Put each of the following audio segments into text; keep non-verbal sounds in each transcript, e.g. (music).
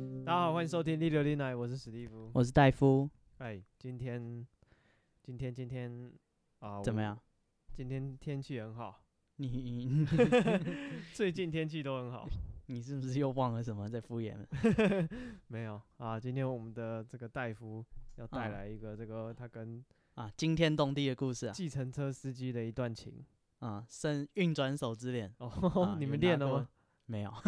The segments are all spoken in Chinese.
迎收听《第六电台》，我是史蒂夫。我是戴夫，哎，今天，今天，今天啊，怎么我？样？今天天气很好， (laughs) 你 (laughs) 最近天气都很好。 (laughs) 你是不是又忘了什么在敷衍了？没有啊，今天我们的这个戴夫要带嗯来一个这个他跟啊，惊天动地的故事啊！计程车司机的一段情。啊，生运转手之恋，哦 (laughs) 啊，你们有拿练了过吗？？没有， (laughs)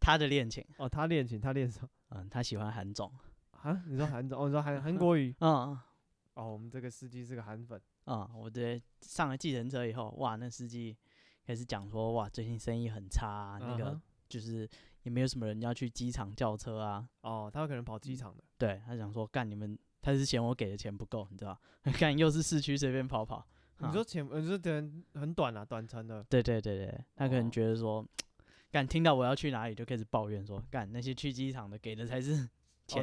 他的恋情，哦，他练琴，他练什么嗯，他喜欢韩总，啊？你说韩总？哦，你说 (laughs) 韩韩国语？嗯哦，我们这个司机是个韩粉。嗯，我这上了计程车以后，哇，那司机开始讲说，哇，最近生意很差、啊，那嗯个哼就是也没有什么人要去机场叫车啊。哦，他可能跑机场的。对他想说，干你们，他是嫌我给的钱不够，你知道？ (laughs) 干又是市区随便跑跑。你啊说前，呃你说等很短啊，短程的。对对对对，他可能哦觉得说，干听到我要去哪里就开始抱怨说，干那些去机场的给的才是钱、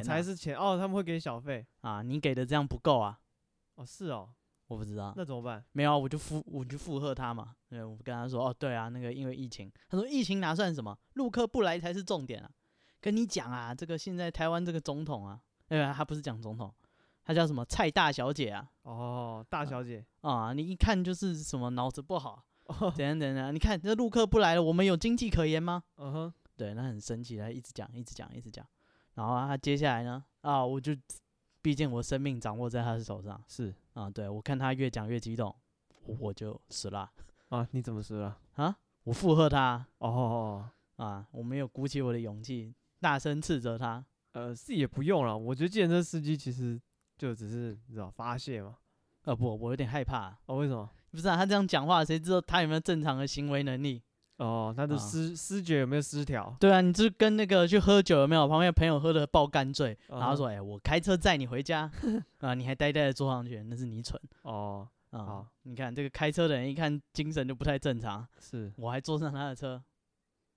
哦，啊才是钱哦，他们会给小费啊，你给的这样不够啊，哦，是哦，我不知道，那怎么办？没有啊，我就附我就附和他嘛，对，我跟他说，哦对啊，那个因为疫情，他说疫情哪算什么，陆客不来才是重点啊，跟你讲啊，这个现在台湾这个总统啊，哎、他不是讲总统，他叫什么蔡大小姐啊，哦，大小姐，啊，你一看就是什么脑子不好，哦，怎样怎样怎样，你看这陆客不来了，我们有经济可言吗？嗯哼，对，那很生气，他一直讲，一直讲，一直讲。然后啊他接下来呢，啊，我就，毕竟我生命掌握在他的手上是啊，对我看他越讲越激动，我我就死了啊，你怎么说了？啊，我附和他哦哦，哦啊，我没有鼓起我的勇气，大声斥责他。呃，是也不用了，我觉得计程车司机其实就只是你知道发泄嘛。啊，不，我有点害怕，哦，为什么？不是啊，他这样讲话，谁知道他有没有正常的行为能力？哦，他的啊思、思觉有没有失调？对啊，你就跟那个去喝酒有没有？旁边朋友喝的爆干醉，然后嗯说，哎、我开车载你回家 (laughs) 啊，你还呆呆的坐上去，那是你蠢。哦，啊好，你看这个开车的人，一看精神就不太正常。是我还坐上他的车，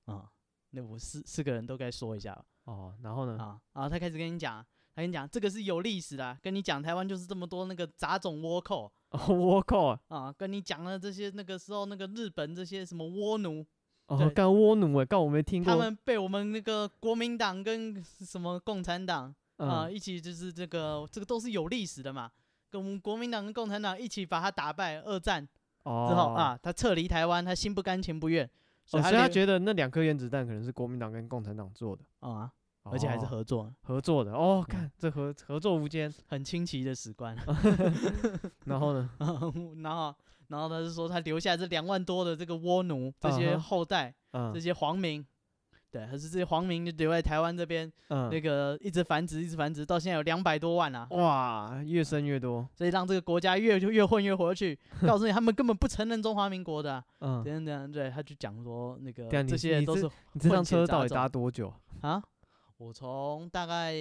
啊，那我四四个人都该说一下吧哦，然后呢？啊啊！他开始跟你讲，他跟你讲这个是有历史的啊，跟你讲台湾就是这么多那个杂种倭寇哦，倭寇啊，啊，跟你讲了这些那个时候那个日本这些什么倭奴，哦对，干倭奴哎，干我没听过。他们被我们那个国民党跟什么共产党啊、嗯，一起就是这个这个都是有历史的嘛，跟我们国民党跟共产党一起把他打败二战。哦，之后、啊，他撤离台湾，他心不甘情不愿，哦，所以以他留觉得那两颗原子弹可能是国民党跟共产党做的，嗯啊，而且还是哦合嗯作，合作的哦，看这合合作无间，很清奇的 (laughs) 史观。然后 (laughs) 呢？然后，然后他就说他留下这两万多的这个倭奴，这嗯些哼后代，这嗯些皇民。对，他是这些皇民就留在台湾这边，那嗯，个一直繁殖，一直繁殖，到现在有两百多万啊，哇，越生越多，所以让这个国家越就越混越活 (laughs) 去。告诉你，他们根本不承认中华民国的啊、嗯等，等等等，对，他就讲说那个对啊你这些人你都是你这混趟血车杂到底种搭多久啊？啊，我从大概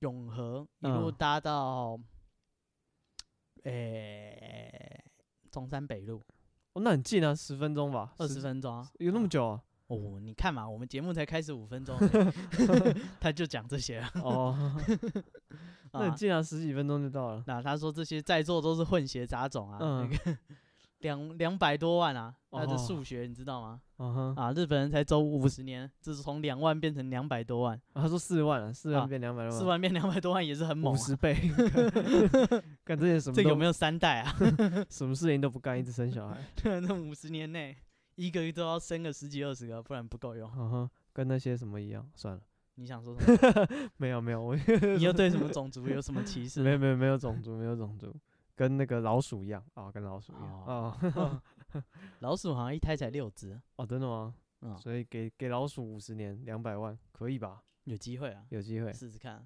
永和一路嗯搭到，诶、中山北路，哦，那很近啊，十分钟吧，二10十分钟啊。有那么久啊？ (laughs) 哦，你看嘛，我们节目才开始五 (laughs) 分钟而已，他就讲这些了哦， (laughs) 那啊很。近啊，十几分钟就到了。那他说这些在座都是混血杂种啊，嗯那个两两百多万啊，他的哦数学你知道吗？嗯哼，啊，日本人才走五十年，这是从两万变成两百多万，啊他说四万啊，四啊万变两百万，四万变两百多万也是很猛、五啊。十倍， (laughs) 干这些什么这有没有有三代啊？什么事情都不干，一直生小孩。 (laughs) 那五十年内，一个都要生个十几二十个，不然不够用。嗯哼，跟那些什么一样，算了，你想说什么？没有没有，我你又对什么种族有什么歧视？ (laughs) 没有没有没有种族，没有种族，跟那个老鼠一样啊，跟老鼠一样哦啊。老鼠好像一胎才六只， (laughs) 哦，真的吗？嗯，所以给给老鼠五十年两百万，可以吧？有机会啊，有机会。试试看 (laughs) 啊。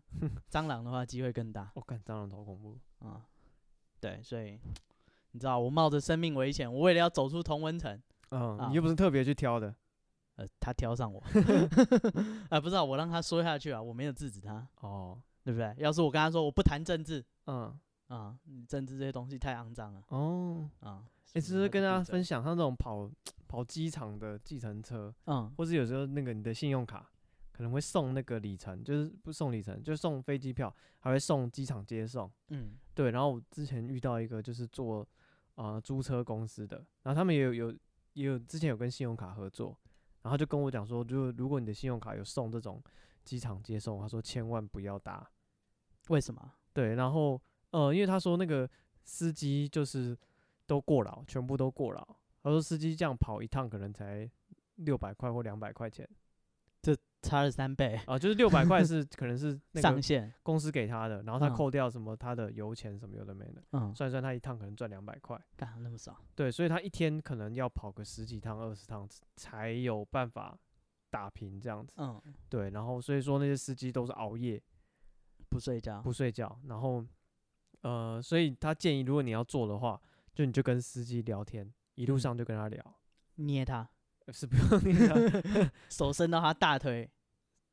蟑螂的话机会更大啊、我看蟑螂超恐怖。嗯对，所以你知道，我冒着生命危险，我为了要走出同温层，啊嗯，你又不是特别去挑的。呃，他挑 (laughs) 上我，啊，不知道我让他说下去啊，我没有制止他，哦，对不对？要是我跟他说我不谈政治嗯，啊、政治这些东西太肮脏了哦，啊，哎，只所以是他就跟大闭家嘴分享，像这种跑跑机场的计程车，嗯或是有时候那个你的信用卡可能会送那个里程，就是不送里程，就送飞机票，还会送机场接送。嗯对，然后我之前遇到一个就是做啊、呃租车公司的，然后他们也有有也有之前有跟信用卡合作，然后就跟我讲说，就如果你的信用卡有送这种机场接送，他说千万不要搭。为什么？啊对，然后呃，因为他说那个司机就是都过劳，全部都过劳。他说司机这样跑一趟可能才六百块或两百块钱差了三倍，啊、就是六百块 (laughs) 是可能是那个上限，公司给他的，然后他嗯扣掉什么他的油钱什么有的没的，嗯，算一算他一趟可能赚两百块。干那么少，对，所以他一天可能要跑个十几趟、二十趟才有办法打平这样子。嗯，对，然后所以说那些司机都是熬夜不睡觉，不睡觉，然后呃，所以他建议如果你要做的话，就你就跟司机聊天，一路嗯上就跟他聊， (laughs) 捏他，呃是不用你 (laughs) 的手伸到他大腿，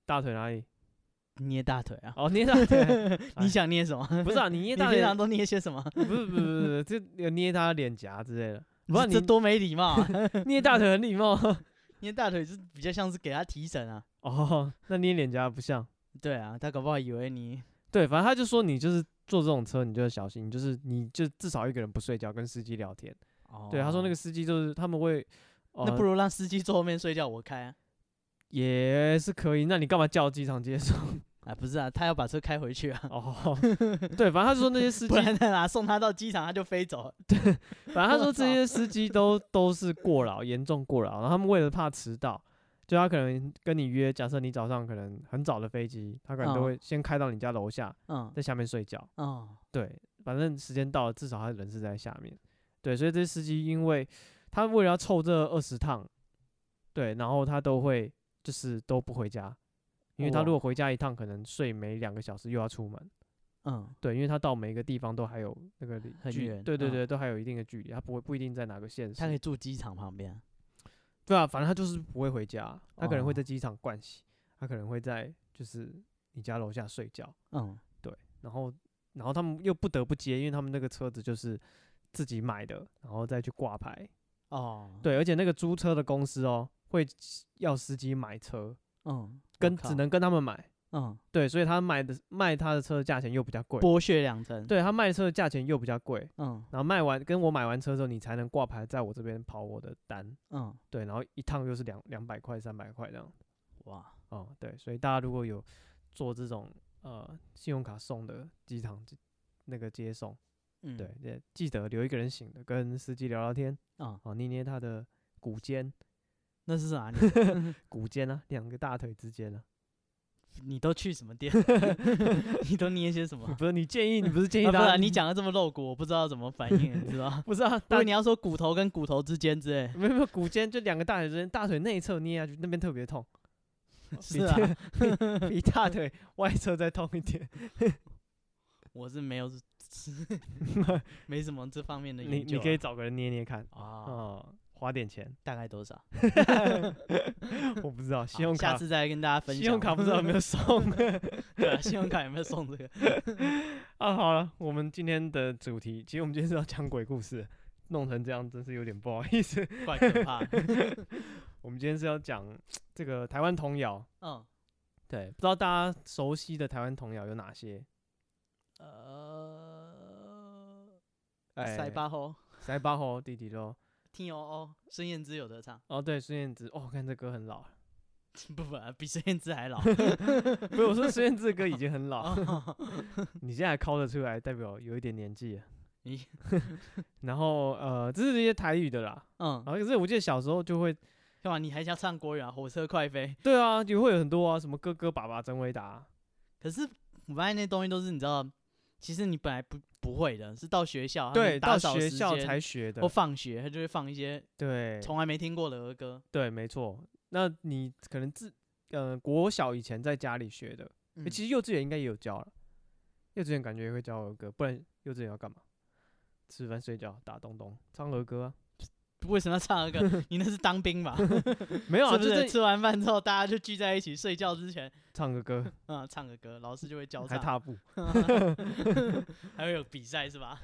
大腿哪里？捏大腿啊，哦，捏大腿，哎 (laughs) 你想捏什么？不是啊，你捏你大平腿，常都捏些什么？不是不是不是，这有捏他的脸颊之类的。不是这你多没礼貌 (laughs) 啊！捏大腿很礼貌捏大腿是比较像是给他提神啊。哦，那捏脸颊不像。对啊，他搞不好以为你对，反正他就说你就是坐这种车，你就要小心，你就是你就至少一个人不睡觉，跟司机聊天。哦对，他说那个司机就是他们会，呃、那不如让司机坐后面睡觉，我开啊。也是可以。那你干嘛叫机场接送？啊，不是啊，他要把车开回去 (laughs) 啊，哦，对，反正他说那些司机不，然他哪送他到机场他就飞走了。反正他我说这操些司机都都是过劳，严重过劳，然后他们为了怕迟到。就他可能跟你约，假设你早上可能很早的飞机，他可能都嗯会先开到你家楼下，嗯在下面睡觉。嗯，对，反正时间到了，至少他人是在下面。对，所以这些司机因为他为了要凑这二十趟，对，然后他都会就是都不回家，因为他如果哇回家一趟，可能睡没两个小时又要出门。嗯，对，因为他到每一个地方都还有那个离很距，远对对嗯对，都还有一定的距离，他不会不一定在哪个县他可以市。住机场旁边。对啊，反正他就是不会回家，他可能会哦在机场盥洗，他可能会在就是你家楼下睡觉。嗯，对，然后然后他们又不得不接，因为他们那个车子就是自己买的，然后再去挂牌。哦，，对，而且那个租车的公司哦，会要司机买车，嗯，跟我靠只能跟他们买。嗯对，所以他买的卖他的车的价钱又比较贵，剥削两层。，对他卖车的价钱又比较贵，嗯然后卖完跟我买完车之后，你才能挂牌在我这边跑我的单。嗯，对，然后一趟又是两两百块、三百块这样。哇，哦、对，所以大家如果有做这种呃信用卡送的机场接那个接送。嗯，对，也记得留一个人醒的，跟司机聊聊天，嗯，哦，捏捏他的骨尖，那是哪里？骨尖啊，两个大腿之间啊。 (laughs) 你都去什么店？ (laughs) 你都捏些什么？不是你建议，你不是建议 (laughs) 啊、不他，然你讲的这么露骨，我不知道怎么反应，你知道 (laughs) ？不是啊？如大果你要说骨头跟骨头之间之类，没有没有骨尖，就两个大腿之间，大腿内侧捏下去，那边特别痛，哦是啊，比比 (laughs) 比大腿外侧再痛一点。我是没有， (laughs) 没什么这方面的你研究啊、你可以找个人捏捏看，啊，哦，花点 (laughs) 钱，大概多少？我不知道， (laughs) 信好用下卡，次再跟大家分信享。用卡不知道有没有送。 (laughs) 对啊，信用卡有没有送这个？啊，好了，我们今天的主题，其实我们今天是要讲鬼故事，弄成这样真是有点不好意思。怪可怕的。我们今天是要讲这个台湾童谣，嗯，对，不知道大家熟悉的台湾童谣有哪些？呃，哎塞巴吼，塞巴吼弟弟咯，听哦哦，孙燕姿有得唱，哦，对，孙燕姿，哦，看这歌很老，不 (laughs) 不，呃比孙燕姿 (laughs) 还老。不是我说孙燕姿的歌已经很老，哦 (laughs) 你现在还 call 得出来，代表有一点年纪了咦。然后呃，这是一些台语的啦，嗯，然后可是我记得小时候就会，干嘛？你还想唱国语啊？火车快飞。对啊，也会有很多啊，什么哥哥爸爸真伟大，可是我发现那东西都是你知道，其实你本来不不会的，是到学校他们对，啊打到扫学时校间才学的或，放学，他就会放一些对，从来没听过的儿歌。对，没错。那你可能自呃国小以前在家里学的，欸嗯其实幼稚园应该也有教了，幼稚园感觉也会教儿歌，不然幼稚园要干嘛？吃饭、睡觉、打东东、唱儿歌啊？ (laughs) 为什么要唱儿歌？你那是当兵吧？是没有啊，不就是是吃完饭之后大家就聚在一起睡觉之前，唱个歌， (laughs) 嗯，唱个歌，老师就会教还唱，踏步。 (laughs) (laughs) 还会有比赛是吧？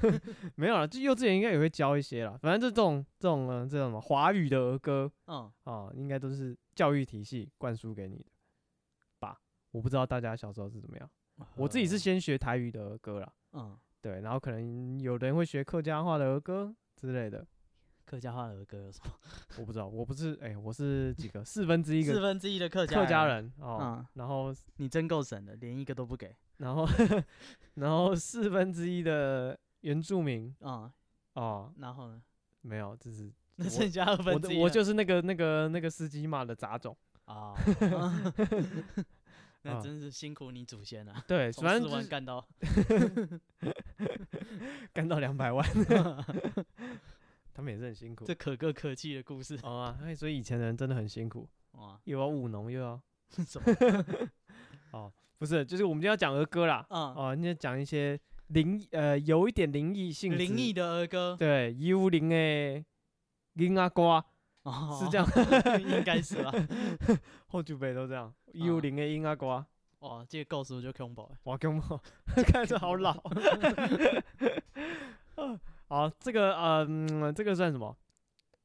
没有啦，啊就幼稚园应该也会教一些啦。反正就这种这种呃这种什么华语的儿歌嗯，啊、应该都是教育体系灌输给你的吧？我不知道大家小时候是怎么样，我自己是先学台语的儿歌啦。嗯，对，然后可能有的人会学客家话的儿歌之类的。客家话的儿歌有什么？我不知道，我不是哎、我是几个四分之一四个分之一的客家客家，人哦，嗯，然后你真够省的，连一个都不给，然后然后四分之一的原住民嗯，哦，然后呢？没有，就是 (laughs) 那我剩下二我分之的一我了就是那个那个那个司机嘛的杂种，啊， (laughs) 那啊真是辛苦你祖先了，对，从反四正就万是 (laughs) 干到 (laughs) 干到两百万， (laughs) 他们也是很辛苦这。可歌可泣的故事哦啊，哎所以以前的人真的很辛苦， (laughs) 哇， (laughs) 又要务啊农，又要什么？不是，就是我们今天要讲儿歌啦，嗯，哦，今天讲一些灵呃有一点灵异性质，灵异的儿歌对幽灵诶，灵啊瓜哦是这， (laughs) 样，应该是啊吧？后几辈都这哦样，幽灵的音啊瓜，哇，这个构思就恐怖了，哇，跟我看着好老。好，这个呃嗯，这个算什么？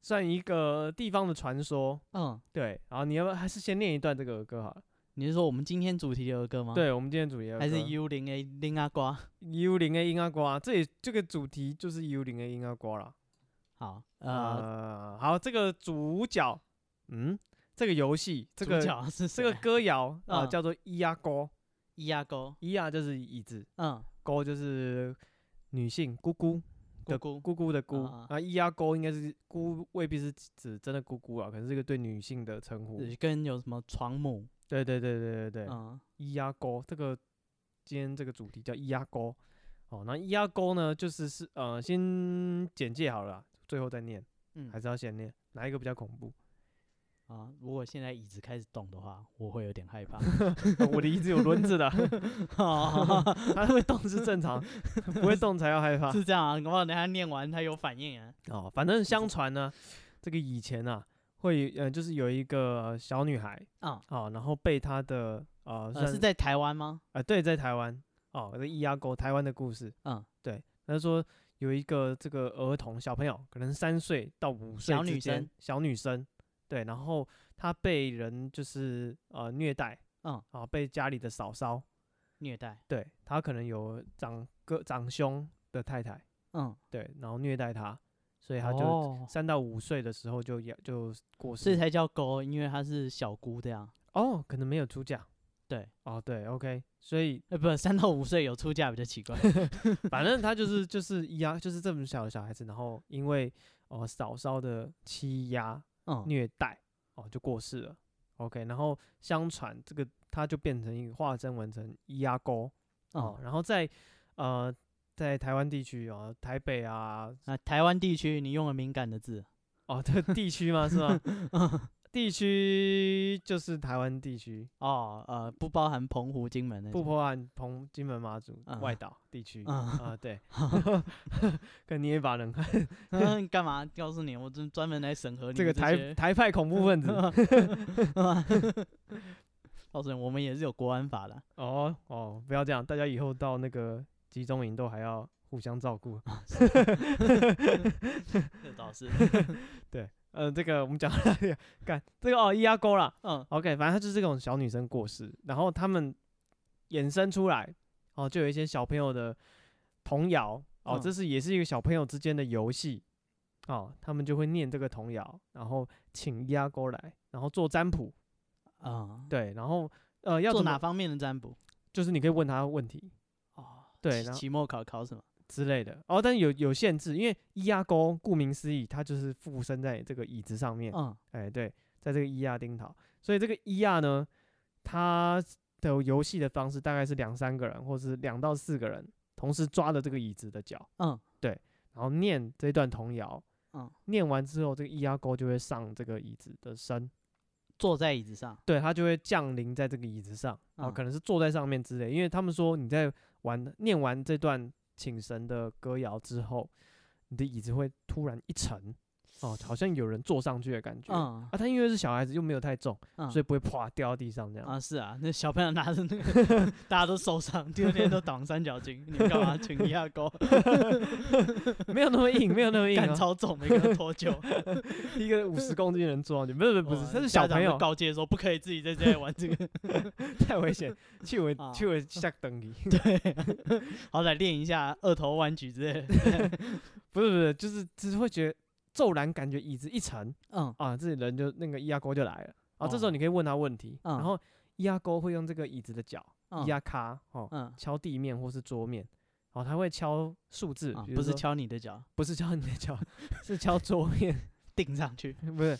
算一个地方的传说， (laughs) 嗯，对。然后你要不要还是先念一段这个儿歌好了？你是说我们今天主题的儿歌吗？，对，我们今天主题儿还是歌幽灵的灵阿瓜？幽灵的音啊瓜，这里这个主题就是幽灵的音啊瓜啦。好，呃，呃，好，这个主角，嗯，这个游戏，这主个角是这个谁歌谣啊、嗯叫做咿呀哥，伊阿沟，咿呀就是椅子，嗯，哥就是女性姑姑姑的姑，姑姑的姑啊啊，咿呀哥应该是姑，未必是指真的姑姑啊，可能是一个对女性的称呼。呃跟有什么床母，对对对对对对，嗯，咿呀哥这个今天这个主题叫咿呀哥，哦，那咿呀哥呢就是是呃先简介好了啦，最后再念，嗯还是要先念哪一个比较恐怖？ (laughs) 啊，如果现在椅子开始动的话，我会有点 (laughs) 害怕。哦我的椅子有轮子的， (laughs) 哦，它会动是正常， (laughs) 不会动才要害怕。是这样啊，搞不好等下念完他有反应啊。哦，反正相传呢，这个以前啊，会呃，就是有一个呃小女孩啊、哦，然后被她的呃，呃，算是在台湾吗？呃，对，在台湾哦，这咿呀沟台湾的故事，嗯，对，他说有一个这个儿童小朋友，可能三岁到五岁小之女间生，小女生，对，然后她被人就是呃虐待，嗯，啊，被家里的嫂嫂，虐待，对她可能有长哥长兄的太太，嗯，对，然后虐待她，所以她就。哦三到五岁的时候就要就过所以世。才叫勾，因为他是小姑这样。哦，可能没有出嫁。对，哦对，OK，所以呃，不，三到五岁有出嫁比较 (laughs) 奇怪。反正他就是就是压，就是这么小的小孩子，然后因为哦嫂嫂的欺压嗯，虐待哦就过世了。OK，然后相传这个他就变成一个化身完成咿呀沟哦哦，，然后在呃在台湾地区啊、哦，台北啊，那台湾地区你用了敏感的字，哦这个地区吗？是吗？嗯 (laughs) 地区就是台湾地区，哦，呃，不包含澎湖、金门那不种。破案，澎金门马祖、嗯外岛地区嗯啊、对， (laughs) 跟你也把人看嗯干嘛？告诉你，我专专门来审核你这个们台些台派恐怖 (laughs) 分子告诉你，我们也是有国安法的。哦哦，不要这样，大家以后到那个集中营都还要互相照顾。 (laughs) 这倒是，呃，这个我们讲到哪里啊？干这个哦，咿呀沟啦嗯， ，OK，反正她就是这种小女生过世，然后他们衍生出来哦，就有一些小朋友的童谣哦，嗯这是也是一个小朋友之间的游戏哦，他们就会念这个童谣，然后请咿呀沟来，然后做占卜。啊，对，然后呃要做怎哪么？方面的占卜？就是你可以问他问题哦，对期然后期末考考什么？之类的。哦，但是有有限制，因为咿呀沟，顾名思义，它就是附身在这个椅子上面。嗯，哎，对，在这个咿呀丁桃，所以这个咿呀呢，它的游戏的方式大概是两三个人，或是两到四个人同时抓着这个椅子的脚，嗯，对，然后念这段童谣，嗯，念完之后，这个咿呀沟就会上这个椅子的身，坐在椅子上，对，它就会降临在这个椅子上，啊，嗯可能是坐在上面之类，因为他们说你在玩念完这段请神的歌谣之后，你的椅子会突然一沉，哦，好像有人坐上去的感觉。嗯啊，他因为是小孩子，又没有太重，嗯，所以不会啪掉到地上这样。啊，是啊，那小朋友拿着那个， (laughs) 大家都受伤，第二天都绑三角巾，你们干嘛请一下狗？没有那么硬，没有那 (laughs) 么硬、嗯干啊，超重，每个人脱臼。一个五十公斤的人坐上去，不 (laughs) 是不是，哇他是家小长朋会友，告诫说不可以自己在家里玩这个，太危险，去 (laughs) 我啊去我下等你。 (laughs) 好歹练一下二头弯举之类的。 (laughs) 不是不是，就是只是会觉得骤然感觉椅子一沉嗯，啊，自己人就那个压钩就来了啊。这时哦候你可以问他问题，嗯然后压钩会用这个椅子的脚嗯压咖哦，嗯，敲地面或是桌面。哦，他会敲数字，啊比如不是说敲你的脚，不是敲你的脚， (laughs) 是敲桌面，钉上去，不是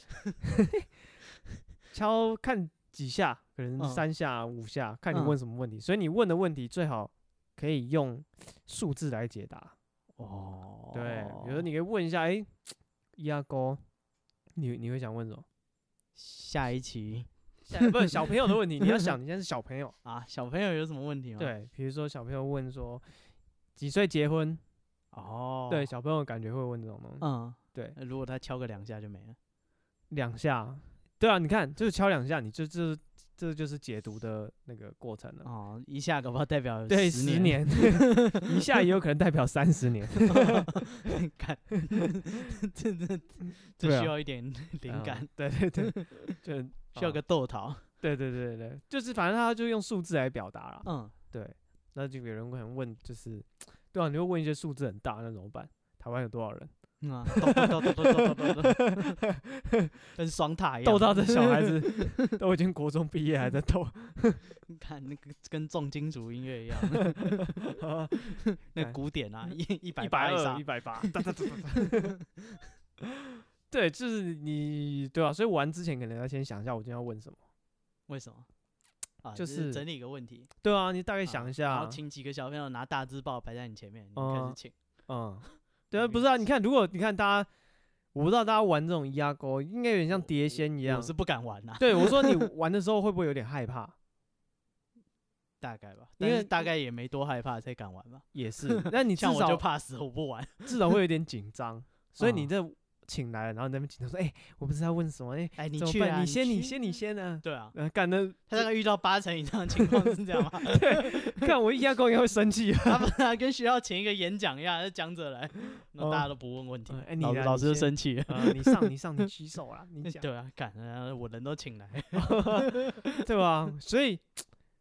敲看几下，可能嗯三下五下，看你嗯问什么问题。所以你问的问题最好可以用数字来解答。哦对，比如说你可以问一下，哎、压钩，你你会想问什么？下一期不是小朋友的 (laughs) 问题，你要想你现在是小朋友，啊，小朋友有什么问题吗？，对，比如说小朋友问说几岁结婚，哦，对，，小朋友感觉会问这种东西，嗯，对，如果他敲个两下就没了，两下，对啊，你看就是敲两下，你就这这就是解读的那个过程了。哦，一下搞不好代表有对，十十，年一下也有可能代表三十年，看，这这对这啊需要一点 (laughs) 灵感嗯，对对对，(laughs) 就需要啊个豆桃，对对对对，就是反正他就用数字来表达啦。嗯，对，那就有人可能问，就是对啊，你会问一些数字很大，那怎么办？台湾有多少人？嗯啊，豆豆豆豆豆豆豆豆，跟双塔一样，逗到这小孩子 (laughs) 都已经国中毕业还在 (laughs) 逗，你看那个跟重金属音乐一样，那看古典啊，一一百一百以二、上啊一百八，哒哒哒哒哒 (laughs) 对，就是你对啊，所以玩之前可能要先想一下我今天要问什么。为什么？啊，就就是是整理一个问题，对啊，你大概啊想一然下后，请几个小朋友拿大字报摆在你前面，你开始嗯请。嗯， (laughs) 对啊，明不是啊，你看，如果你看大家，我不知道大家玩这种压钩，应该有点像我碟仙一样我。是不敢玩啊呐、对，我说你玩的时候会不会有点害怕？大概吧，因但为是大概也没多害怕才敢玩吧。也 (laughs) 是，那你至像我就少怕死，我不玩。 (laughs) 至少会有点紧张，所以你啊这请来了，然后你在那边紧张说：“哎、我不知道问什么，哎、哎，你怎么去办？啊，你先，你去先，你先 (laughs) 呢、对啊，啊？”呃，干的，他大概遇到八成以上的情况是这 (laughs) 样吗？干我一压钩应该会生气啊！他本来跟学校请一个演讲一样，就讲者来，哦那大家都不问问题啊嗯，哎你老来老你师就先生气了。呃，你上，你上，你举手啦，你讲，对啊，敢啊，我人都请来，对吧？ (laughs) 所以，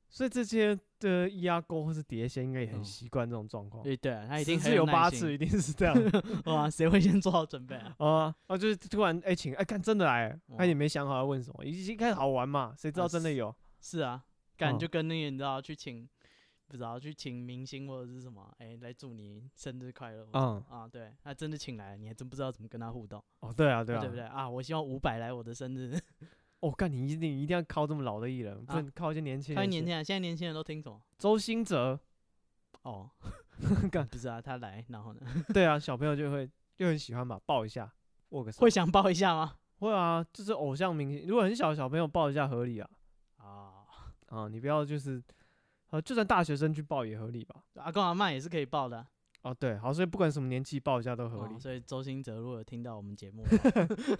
所以这些的压钩或是碟仙应该也很嗯习惯这种状况。对对啊，他一十定次很有耐八心次，一定是这样 (laughs) 哇，谁会先做好准备啊？啊啊！就是突然哎、请哎，看、真的来了，他哇也没想好要问什么，一一开始好玩嘛，谁知道哦啊真的有？是啊，感嗯就跟那个你知道去请，不知道去请明星或者是什么，哎、来祝你生日快乐或者。嗯，啊，对，他真的请来了，你还真不知道怎么跟他互动，哦，对啊，对对啊，不对啊？我希望伍佰来我的生日，我、干你一定一定要靠这么老的艺人，不啊能靠一些年轻人 (laughs) 他是。年轻啊人现在年轻人都听什么？周兴哲，，哦嗯 (laughs) 干不是啊，他来，然后呢，对啊，小朋友就会就很喜欢吧，抱一下，握个手。会想抱一下吗？会啊，就是偶像明星，如果很小的小朋友抱一下合理啊，啊，啊，你不要就是，啊，就算大学生去抱也合理吧。阿公阿嬷也是可以抱的啊、哦，对，好，所以不管什么年纪抱一下都合哦理，所以周兴哲如果有听到我们节目 (laughs) 的话，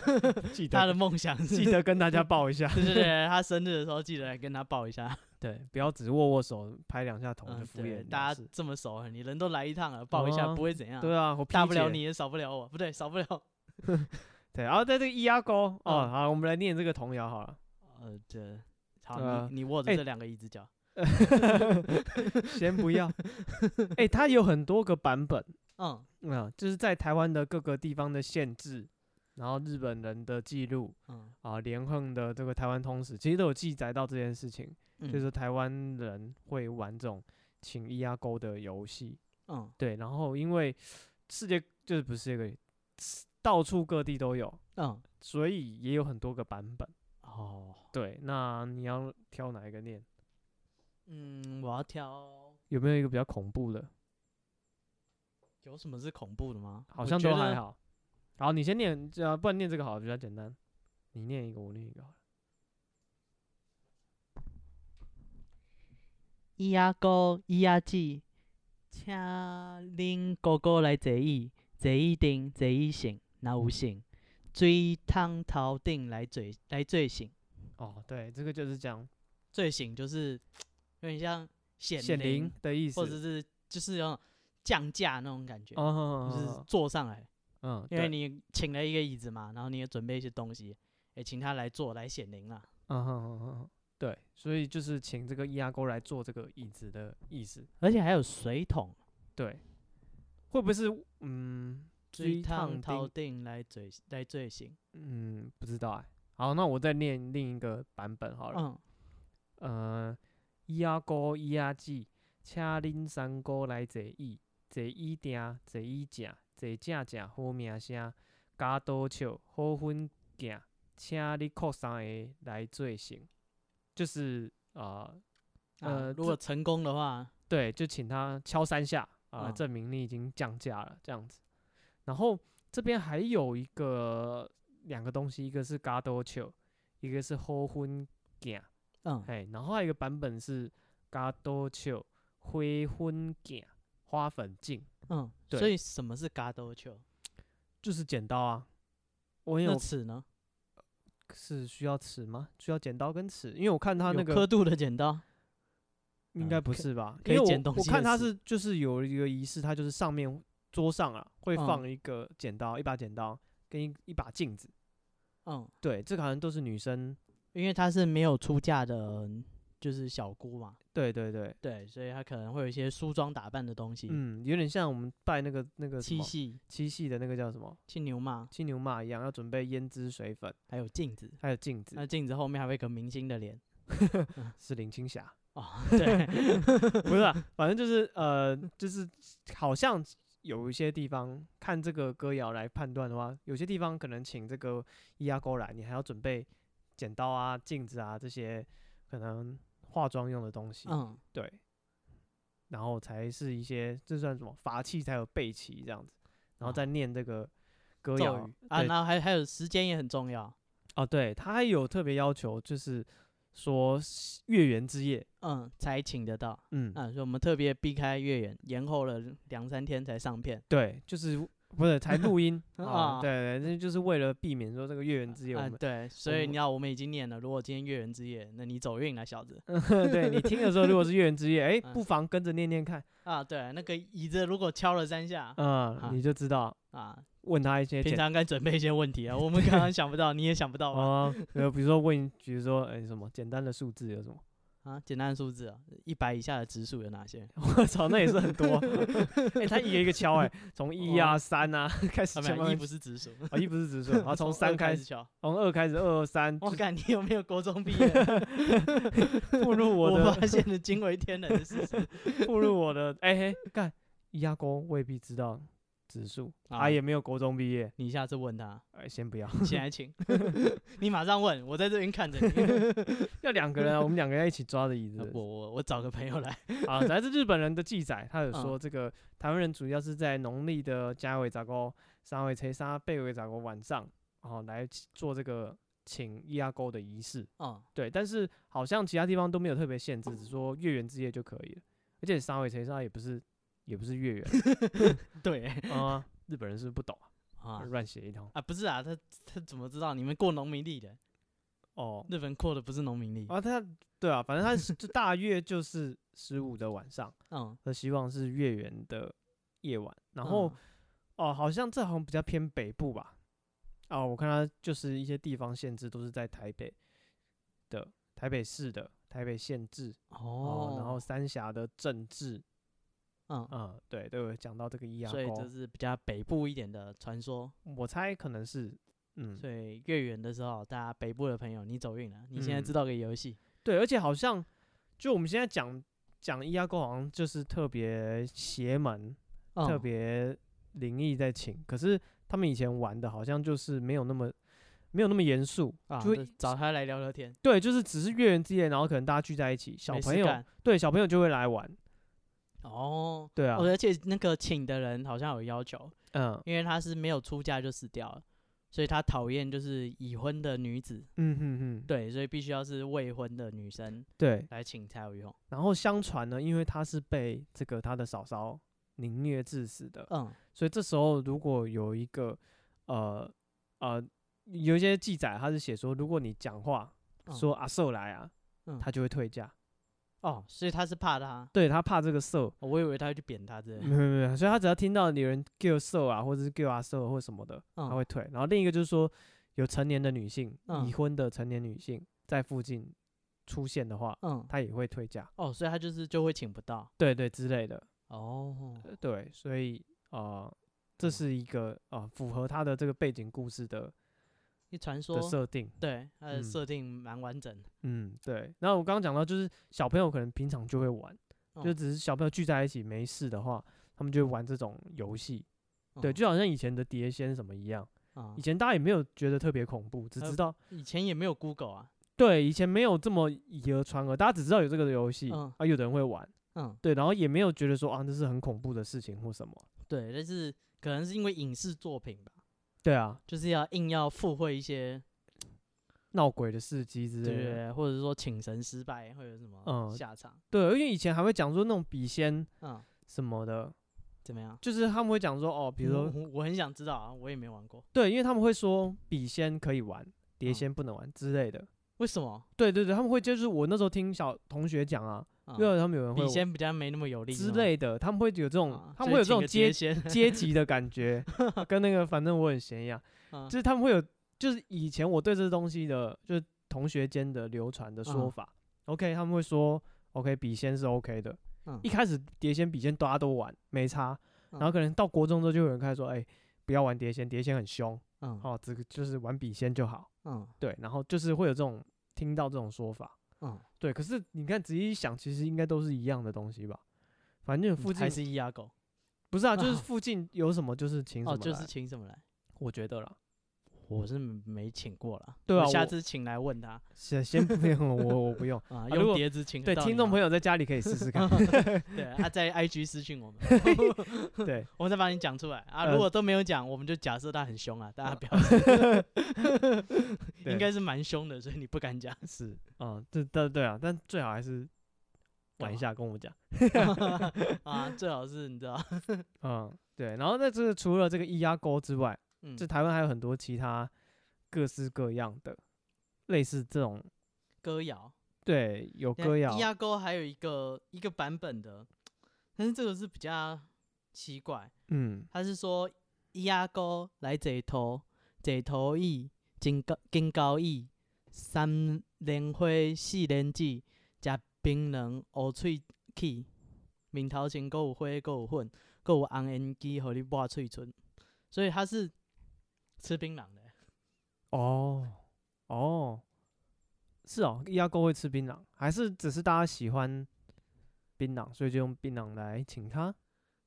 记他的得梦想是，，记得跟大家抱一下对对对，他生日的时候记得来跟他抱一下。 (laughs) 对，不要只握握手，拍两下头就嗯，敷衍对，了大家事这么熟了，你人都来一趟了，抱一下、啊不会怎样，对啊，我大劈不了姐你也少不了我，不对，少不了，对，然后在这个一压钩哦，嗯好，我们来念这个童谣好了， (laughs) 呃，这好，对啊你你握着哎这两个椅子脚，先不 (laughs) 要，哎、它有很多个版本。嗯，嗯，就是在台湾的各个地方的限制，然后日本人的记录嗯啊，连横的这个台湾通史，其实都有记载到这件事情，嗯，就是台湾人会玩这种请一压钩的游戏。嗯对，然后因为世界就是不是这个到处各地都有，嗯，所以也有很多个版本。哦，对，那你要挑哪一个念？嗯，我要挑，有没有一个比较恐怖的？有什么是恐怖的吗？好我像觉都还得，好。好，你先念，这样不然念这个好了，比较简单。你念一个，我念一个好了。伊阿哥伊阿姊，请恁哥哥来坐椅，坐椅顶，坐椅醒，若有醒，水桶头顶来做来做醒。哦，对，这个就是讲醉醒就是有点像显显灵灵，的意思，或者是就是那种降价那种感觉，哦，就是坐上来，嗯，因对，为你请了一个椅子嘛，然后你也准备一些东西，也请他来坐来显灵啊啦。嗯哼哼哼哼对，所以就是请这个易拉钩来做这个椅子的意思，而且还有水桶，对，会不会是嗯，追追烫烫头钉，顶来罪来罪行。嗯，不知道哎、好，那我再念另一个版本好了。嗯，呃，伊阿哥伊阿姊，请恁三哥来坐椅，坐椅定，坐椅食，坐正正好名声，加多笑好分行，请你靠三个来做成，就是啊、啊呃如果成功的话，对，就请他敲三下啊、嗯证明你已经降价了这样子。然后这边还有一个两个东西，一个是嘎多球，一个是好婚镜，嗯，哎，然后还有一个版本是嘎多球灰婚镜花粉镜，嗯，对所以什么是嘎兜球？就是剪刀啊。我那有尺呢？是需要尺吗？需要剪刀跟尺，因为我看他那有个刻度的剪刀。应嗯该不可以是吧？可因以为我剪东我西看的他尺是就是有一个仪式，他就是上面桌上啊会嗯放一个剪刀，一把剪刀跟一一把镜子。嗯，对，这个好像都是女生。因为他是没有出嫁的，嗯就是小姑嘛，对对对，对，所以他可能会有一些梳妆打扮的东西，嗯，有点像我们拜那个那个什七么夕、七夕的那个叫什么青牛嘛，青牛马一样，要准备胭脂水粉，还有镜子，还有镜子，那镜子后面还会有一个明星 (laughs) 的脸。是林青霞。哦， (laughs) 对，不是、啊，反正就是呃，就是好像有一些地方看这个歌谣来判断的话，有些地方可能请这个伊阿勾来，你还要准备剪刀啊、镜子啊这些可能化妆用的东西，嗯，对，然后才是一些这算什么法器才有备齐这样子，然后哦再念这个歌谣咒语啊，对然后还还有时间也很重要，哦，对，他还有特别要求，就是说是月圆之夜，嗯，才请得到，嗯，啊，所以我们特别避开月圆，延后了两三天才上片，对，就是不是才录 (laughs) 音啊？啊对对，那就是为了避免说这个月圆之夜，我啊，们、对，所以们你要我们已经念了，如果今天月圆之夜，那你走运了，小子 (laughs) 对你听的时候，如果是月圆之夜，哎、嗯不妨跟着念念看，啊，对，那个椅子如果敲了三下嗯、好你就知道啊，问他一些平简常该准备一些问题啊，我们刚刚想不到，你也想不到吧？啊，呃，比如说问，比如说哎、什么简单的数字有什么？ (laughs) 啊，简单的数字啊，一百以下的指数有哪些？我操，那也是很 (laughs) 多，哎、他一个一个敲、哎，从一啊、三啊开始哦啊，没敲，有，一不是指数，啊一不是指 (laughs) 数，然后从二三开开始，敲。从二开始，二二三，(laughs) 我就看你有没有国中毕业？ (laughs) 步入我我的发现了惊为天人的事实。 (laughs) 步入我的，哎、嘿，干，压工未必知道指数，他、啊也没有国中毕业。你下次问他，哎，先不要， (laughs) (laughs) 现在请，你马上问，我在这边看 (laughs) 着你。要两个人啊，我们两个要一起抓着椅子啊。我我我找个朋友来。啊，来自日本人的记载，他有嗯说这个台湾人主要是在农历的加尾杂沟、三尾车沙、贝尾杂沟晚上，然后来起做这个请伊阿沟的仪式。嗯，对，但是好像其他地方都没有特别限制，只说月圆之夜就可以了。而且三尾车沙也不是也不是月圆 (laughs) (laughs) 对啊，日本人是不是不懂啊， (laughs) 啊乱写一通 (laughs) 啊，不是啊，他他怎么知道你们过农民历的？哦。日本过的不是农民历。啊，他对啊，反正他是就大约就是十五的晚上。嗯，和希望是月圆的夜晚。然后、嗯哦，好像这好像比较偏北部吧。哦，我看它就是一些地方限制都是在台北的、台北市的、台北县治哦，然后三峡的政治，嗯，嗯，对，都有讲到这个伊阿所以沟这，是比较北部一点的传说。我猜可能是，嗯，所以月圆的时候，大家北部的朋友，你走运了。你嗯现在知道个游戏，对，而且好像就我们现在讲讲伊阿沟，好像就是特别邪门，嗯特别灵异在请，可是他们以前玩的好像就是没有那么没有那么严肃，啊，就会就找他来聊聊天。对，就是只是月圆之夜，然后可能大家聚在一起，小没事朋友干对小朋友就会来玩，哦，对啊哦，而且那个请的人好像有要求，嗯因为他是没有出嫁就死掉了，所以他讨厌就是已婚的女子，嗯哼哼，对对，所以必须要是未婚的女生对。来请才有用。然后相传呢，因为他是被这个他的嫂嫂凌虐致死的，嗯，所以这时候如果有一个呃呃有一些记载，他是写说，如果你讲话嗯说阿寿来啊，嗯他就会退嫁，哦，所以他是怕他，对他怕这个寿。哦我以为他会去扁他之类的。没有没有，所以他只要听到有人叫瘦啊，或者是叫阿瘦或什么的，他嗯会退。然后另一个就是说，有成年的女性、嗯已婚的成年女性在附近出现的话，嗯，她也会退嫁，哦，所以他就是就会请不到。对对之类的。哦，呃对，所以呃，嗯这是一个啊、呃符合他的这个背景故事的一传的说，设定。对它的嗯设定蛮完整的。嗯，对。然后我刚刚讲到，就是小朋友可能平常就会玩，就哦只是小朋友聚在一起没事的话，他们就会玩这种游戏。对，嗯就好像以前的碟仙什么一样，啊以前大家也没有觉得特别恐怖，只还有知道以前也没有 Google 啊，对以前没有这么以讹传讹，大家只知道有这个游戏、嗯啊，有的人会玩，嗯，对，然后也没有觉得说啊这是很恐怖的事情或什么。对，但是可能是因为影视作品吧，对啊，就是要硬要附会一些，闹鬼的事迹之对类对的。对，或者说请神失败会有什么嗯下场？对，因为以前还会讲说那种笔仙嗯，什么的，怎么样？就是他们会讲说哦，比如说、嗯我我很想知道啊，我也没玩过，对，因为他们会说笔仙可以玩，碟嗯仙不能玩之类的。为什么？对对对，他们会就是我那时候听小同学讲啊，嗯因为他们有人会笔玩仙比较没那么有力之，类的，他们会有这是种，吗啊他所们会有以这请种个碟阶仙，阶 (laughs) 级的感觉，跟那个反正我很显眼，嗯就是他们会有，就是以前我对这东西的，就是同学间的流传的说嗯法、o k 他们会说 OK 笔仙是 OK 的，嗯一开始碟仙笔仙大家都玩没差，然后嗯可能到国中之后就有人开始说，哎、不要玩碟仙，碟仙很凶，嗯哦，这个就是玩笔仙就好，嗯对，然后就是会有这种听到这种说法，嗯，对，可是你看仔细一想，其实应该都是一样的东西吧。反正附嗯还近是一牙狗不是啊，就是啊附近有什么就是请什么哦，来，就是请什么来？我觉得啦，我是没请过了，对我啊下我次请来问他。先先不用我我不用 (laughs) 啊，如果用碟子请对，听众朋友，友在家里可以试试 (laughs) 看。啊对，他在 IG 私讯我们，对，我们再把你讲出来啊。呃如果都没有讲，我们就假设他很凶啊，大家不要对应该是蛮凶的，所以你不敢讲。是 (laughs) 啊，这但对啊，但最好还是干晚一嘛下跟我们讲。啊，最好是你知道，嗯，对。然后那这个除了这个易压沟之外，嗯这，台湾还有很多其他各式各样的类似这种，歌谣，对，有啊等一下歌谣咿，呀沟还有一个一个版本的，但是这个是比较奇怪，嗯，他是说咿呀沟来这头，这头意金高金高意，三连花四连子，食槟榔乌喙齿，面头前搁有花，搁有粉，搁有红烟机，互你抹喙唇，所以他是吃槟榔的。哦哦，是哦，易压沟会吃槟榔，还是只是大家喜欢槟榔，所以就用槟榔来请他？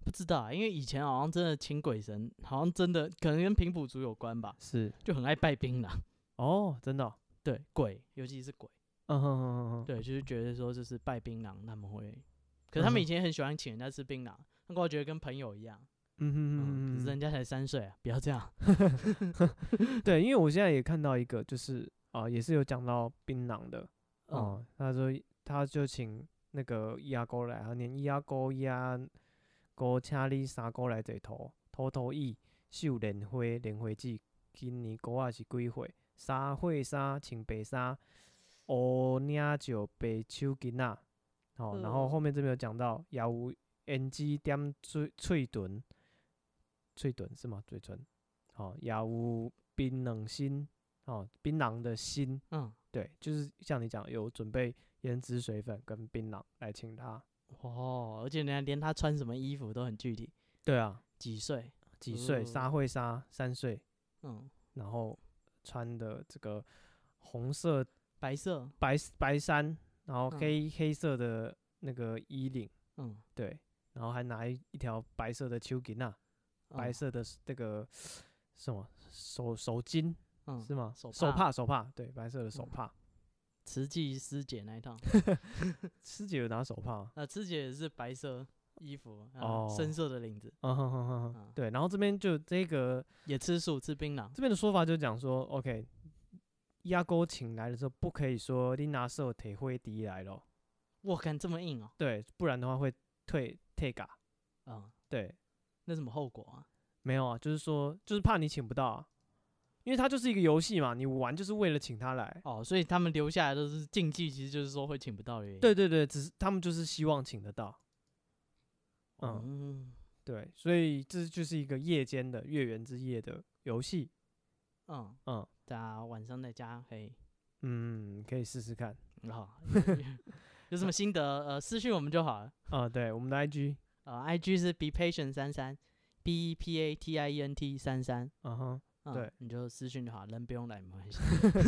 不知道啊，因为以前好像真的请鬼神，好像真的可能跟平埔族有关吧，是就很爱拜槟榔。哦，真的哦、对，鬼，尤其是鬼，嗯哼哼哼哼，对，就是觉得说就是拜槟榔，他们会，可是他们嗯哼以前很喜欢请人家吃槟榔，他们觉得跟朋友一样，嗯嗯，可哼是哼人家才三岁啊，不要这样。哼，对，因为我现在也看到一个，就是啊、也是有讲到槟榔的，嗯，哦、他说他就请那个易压沟来，他念易压沟易压沟，请你三沟来坐头，头头意绣莲花，莲花指今年沟啊是几岁？三岁衫穿白衫，乌领就白手巾仔。哦，然后嗯后面这边有讲到，也有胭脂点嘴嘴唇，嘴唇是吗？嘴唇，哦，也有槟榔心，哦，槟榔的心， (laughs) 嗯，对，就是像你讲，有准备胭脂水粉跟槟榔来请他。哦，而且人家连他穿什么衣服都很具体，对啊，几岁，几岁？沙嗯会沙三岁，嗯，然后穿的这个红色白色，白 s- 白衫，然后嗯黑、黑色的那个衣领，嗯，对，然后还拿一一条白色的秋巾啊，白嗯，色的这个什么手手巾嗯是，吗？手手帕帕手帕，对，白色的手嗯帕。慈济师姐那一套，师姐有拿手帕吗？呃，慈姐也是白色衣服，哦啊，深色的领子，嗯哼哼哼哼嗯，对，然后这边就这个也吃素吃槟榔，这边的说法就讲说，OK，压沟请来的时候不可以说你拿手铁灰敌来咯，我看这么硬哦，对，不然的话会退退嘎。嗯，对，那什么后果啊？没有啊，就是说就是怕你请不到啊，因为它就是一个游戏嘛，你玩就是为了请他来。哦，所以他们留下来都是禁忌，其实就是说会请不到的原因。对，对对，只是他们就是希望请得到，嗯，嗯对，所以这就是一个夜间的月圆之夜的游戏，嗯嗯嗯，大家晚上在家可以，嗯，可以试试看好， (laughs) 有什么心得呃私讯我们就好了。啊、对，我们的 IG 呃，IG 是 be patient 三三 B P A T I E N T 三三，嗯 (laughs) 哼，嗯对，你就私讯就好，人不用来没 (laughs) 关系。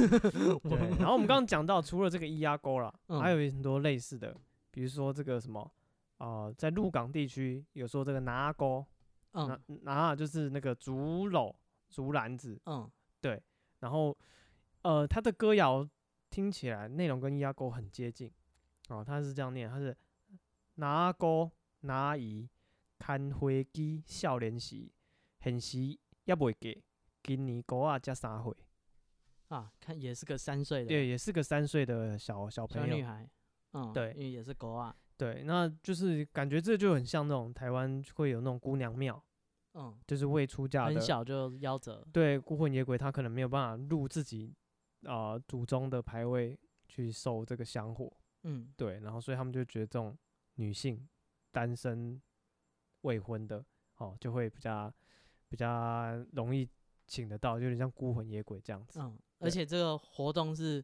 (laughs) 对。然后我们刚刚讲到，除了这个咿呀沟啦，嗯还有很多类似的，比如说这个什么，呃，在鹿港地区有说这个拿阿沟，拿嗯拿啊就是那个竹篓、竹篮子，嗯，然后呃，他的歌谣听起来内容跟压沟很接近哦，他是这样念，他是拿沟拿伊看花枝少年时，现时也未过，今年高啊才三岁，啊，看也是个三岁的对，也是个三岁的小小小朋女友，孩，嗯，对因为也是狗啊，对，那就是感觉这就很像那种台湾会有那种姑娘庙，嗯，就是未出嫁很的，小就夭折，对，孤魂野鬼他可能没有办法入自己啊、呃祖宗的牌位去受这个香火。嗯对，然后所以他们就觉得这种女性单身未婚的哦，就会比较比较容易请得到，就有点像孤魂野鬼这样子。嗯，对而且这个活动是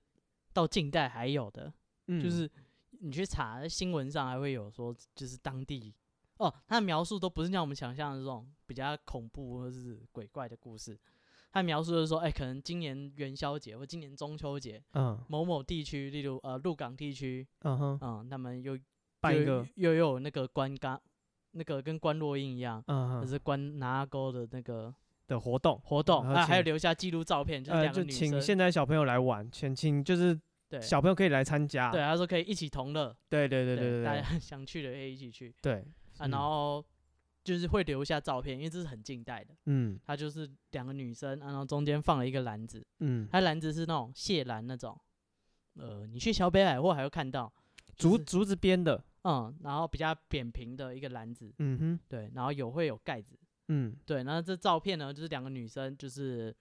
到近代还有的，嗯就是你去查新闻上还会有说，就是当地哦，他的描述都不是像我们想象的这种比较恐怖或是鬼怪的故事。他描述的是说，哎、可能今年元宵节或今年中秋节，嗯某某地区，例如呃鹿港地区，嗯哼，嗯，他们又 (laughs) 办一又个又又有那个关岗，那个跟关落印一样，嗯就哼是关拿钩的那个的活动，活动，然后啊，还有请留下记录照片，就是呃，两个就女请生，现在小朋友来玩，请请就是对小朋友可以来参加。对，他说可以一起同乐，对对对对大对家 (laughs) 想去的可以一起去对啊，然后就是会留下照片，因为这是很近代的，嗯它就是两个女生，啊然后中间放了一个篮子，嗯，它篮子是那种蟹篮那种，呃，你去小北百货还会看到， (laughs) 就竹是竹子编的，嗯，然后比较扁平的一个篮子，嗯哼对，然后有会有盖子，嗯对，然后这照片呢，就是两个女生就是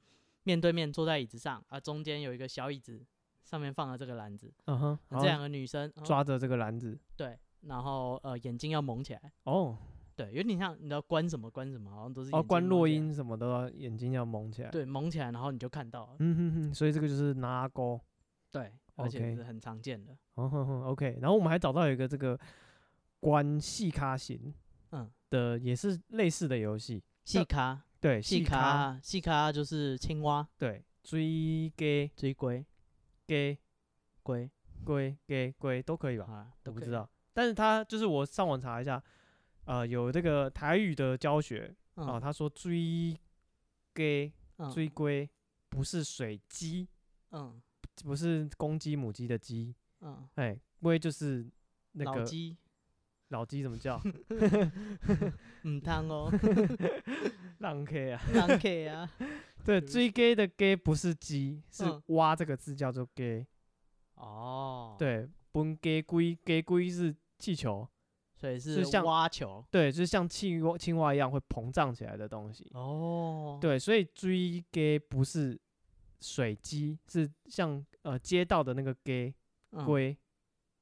面对面坐在椅子上，啊，中间有一个小椅子，上面放了这个篮子，嗯哼，这然两后个女生、嗯抓着这个篮子对，然后呃眼睛要蒙起来，哦对，有点像你知道关什么关什么，好像都是哦，眼睛关蒙落起来，音什么的，眼睛要蒙起来。对，蒙起来，然后你就看到了，嗯哼哼，所以这个就是拿钩。对，而且 OK 是很常见的，哦哼哼，OK。然后我们还找到有一个这个关细卡型，嗯，的也是类似的游戏，细咖对，细细卡，咖细咖就是青蛙对，追给追龟给龟龟给龟都可以吧？啊，我都不可知以，道，但是它就是我上网查一下，呃，有这个台语的教学啊，嗯他说追给嗯追龟不是水鸡，嗯不是公鸡母鸡的鸡，嗯，哎，龟就是那老个鸡老鸡怎么 (laughs) 叫？唔汤哦，浪 K 啊。当 K 啊， (laughs) 对，对追 gay 的 gay 不是鸡，是嗯蛙这个字叫做 gay。哦，，对，奔 gay 龟，gay 龟是气球，所以是像蛙球对，就是像青蛙青蛙一样会膨胀起来的东西。哦，对，所以追 gay 不是水鸡，是像呃街道的那个 gay 嗯，龟，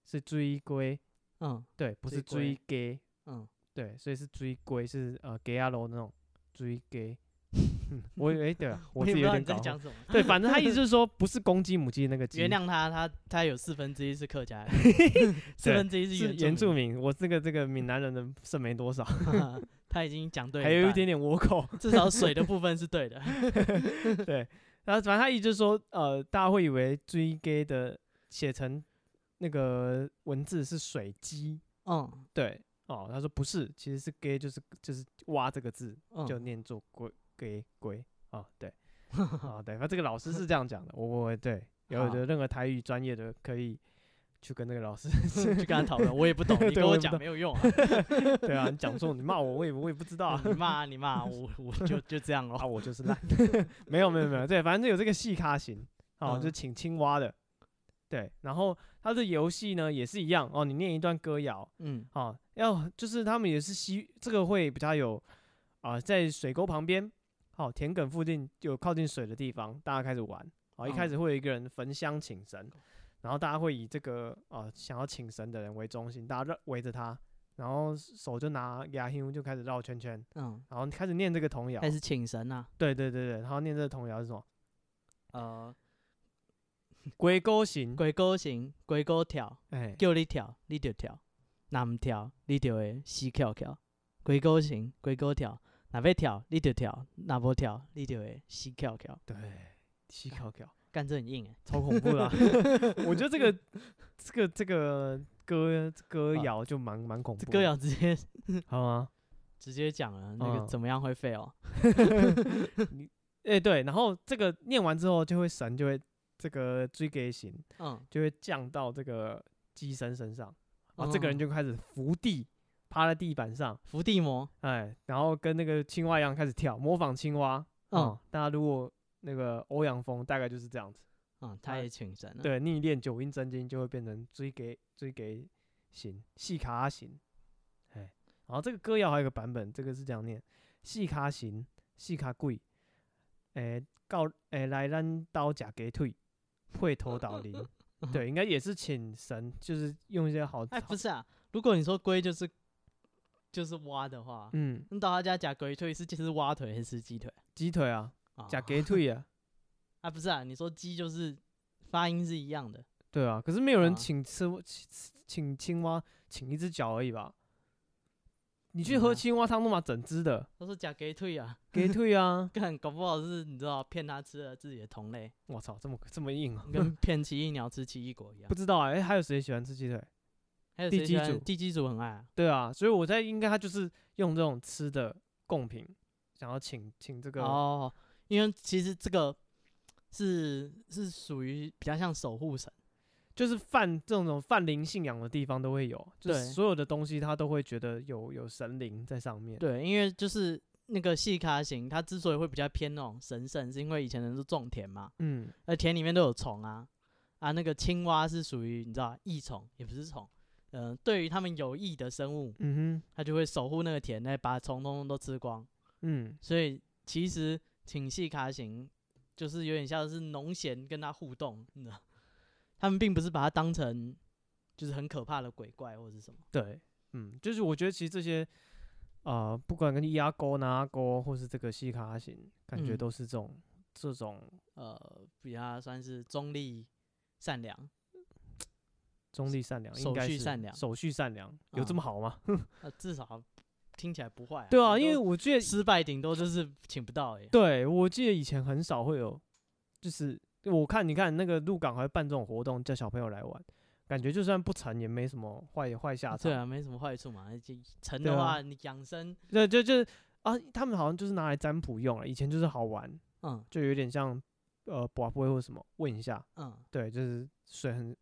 是追龟，嗯对，不是追追 gay，嗯，对，所以是追龟，是呃 gay 啊楼那种追 (laughs) gay。我以为对啊，我自也己不知有道点你搞在混。讲什 (laughs) 么。对，反正他意思是说，不是公鸡母鸡那个鸡，原谅他，他他有四分之一是 (laughs) 客家人，四对分之一是是原原住住民，我这个这个闽南人的剩没多少，民， (laughs) 他已经讲对了，还有一点，点倭 (laughs) 寇。至少水的部分是对的。对，然后反正他一直说，呃，大家会以为追 gay 的写成那个文字是水鸡，嗯对，哦，他说不是，其实是 gay 就是就是蛙这个字嗯， (laughs) (laughs) 就念作龟 gay 龟啊，对，啊对，反正这个老师是这样讲的，我我对，有哦好的任何台语专业的可以去跟那个老师 (laughs) (laughs) 去跟他讨论，我也不 (laughs) 懂，你对跟我我也不讲懂没有用啊，对啊，你讲错你骂我，我也我也不知道啊。你骂啊你骂啊，我我就就这样啊，咯。我就是 (laughs) 烂。没有没有没有，对，反正有这个细咖型，哦，嗯就是请青蛙的，对。然后它的游戏呢也是一样哦，你念一段歌谣，嗯哦，要就是他们也是西这个会比较有啊、在水沟旁边，哦，田埂附近有靠近水的地方，大家开始玩。哦，一开嗯始会有一个人焚香请神，然后大家会以这个呃想要请神的人为中心，大家绕围着他，然后手就拿牙香就开始绕圈圈，嗯，然后开始念这个童谣开。始请神啊，对对对对，然后念这个童谣是什么？呃，龟沟行，鬼哥行，鬼哥跳，哎，叫你跳你就跳，若毋跳你就会死翘翘。鬼哥行，鬼哥跳，哪要跳你就跳，哪不跳你就会死翘翘，对，细考考。干这很硬哎、超恐怖 (laughs) 啦、啊我觉得这个这个这个歌歌谣就蛮蛮恐怖这的，歌谣直接好 (laughs) 吗？ (laughs) 直接讲了那个嗯怎么样会废哦、哎、对，然后这个念完之后就会神就会这个追给型嗯，就会降到这个机身身上，然后这个人嗯就开始伏地趴在地板上，伏地魔，哎，然后跟那个青蛙一样开始跳，模仿青蛙。嗯嗯，大家如果那个欧阳锋大概就是这样子，嗯，他他也请神了，，对，逆练九阴真经就会变成追给追给型细卡型，哎，然后这个歌谣还有一个版本，这个是这样念：细卡型细卡贵，哎告哎来咱刀假给退，会头倒林。对，应该也是请神，就是用一些好，哎，好不是啊，如果你说龟就是就是蛙的话，嗯，那到他家夹龟腿是就是蛙腿还是鸡腿？鸡腿啊，啊假给退啊，啊，不是啊，你说鸡就是发音是一样的，对啊，可是没有人啊请吃请请青蛙，请一只脚而已吧？你去嗯喝啊青蛙汤都嘛整只的，他说夹给腿啊，给退啊！干搞不好是你知道骗他吃了自己的 (laughs) 同类，我操，这么这么硬啊！ (laughs) 跟骗奇异鸟吃奇异果一样不。知道哎、诶还有谁喜欢吃鸡腿？还有地谁基喜欢组地基组很爱啊，对啊，所以我在应该他就是用这种吃的贡品，想要请请这个，哦，因为其实这个是是属于比较像守护神，就是泛这种泛灵信仰的地方都会有，就是对所有的东西他都会觉得有有神灵在上面。对，因为就是那个细卡型，它之所以会比较偏那种神圣，是因为以前人都种田嘛，嗯，而田里面都有虫啊啊，那个青蛙是属于你知道益虫，也不是虫，嗯、对于它们有益的生物，嗯哼，它就会守护那个田，那把虫通通都吃光，嗯，所以其实请细卡型就是有点像是农闲跟它互动，你知道，他们并不是把它当成就是很可怕的鬼怪或者是什么。对，嗯，就是我觉得其实这些，呃，不管跟压钩、拿钩，或是这个西卡型，感觉嗯都是这种、这种呃，比较算是中立、善良，中立善良，应手该续是善良手续善良，有这嗯么好 (laughs) 吗？呃，至少听起来不坏、啊。对啊，顶因为多我记得，失败顶多就是请不到而已。对我记得以前很少会有，就是我看你看那个鹿港还会办这种活动，叫小朋友来玩，感觉就算不成也没什么坏坏下场。对啊，没什么坏处嘛。就成对的啊话，你养生，对，就就啊，他们好像就是拿来占卜用了，以前就是好玩，嗯就有点像呃卜卜或什么问一下。嗯，对，就是水很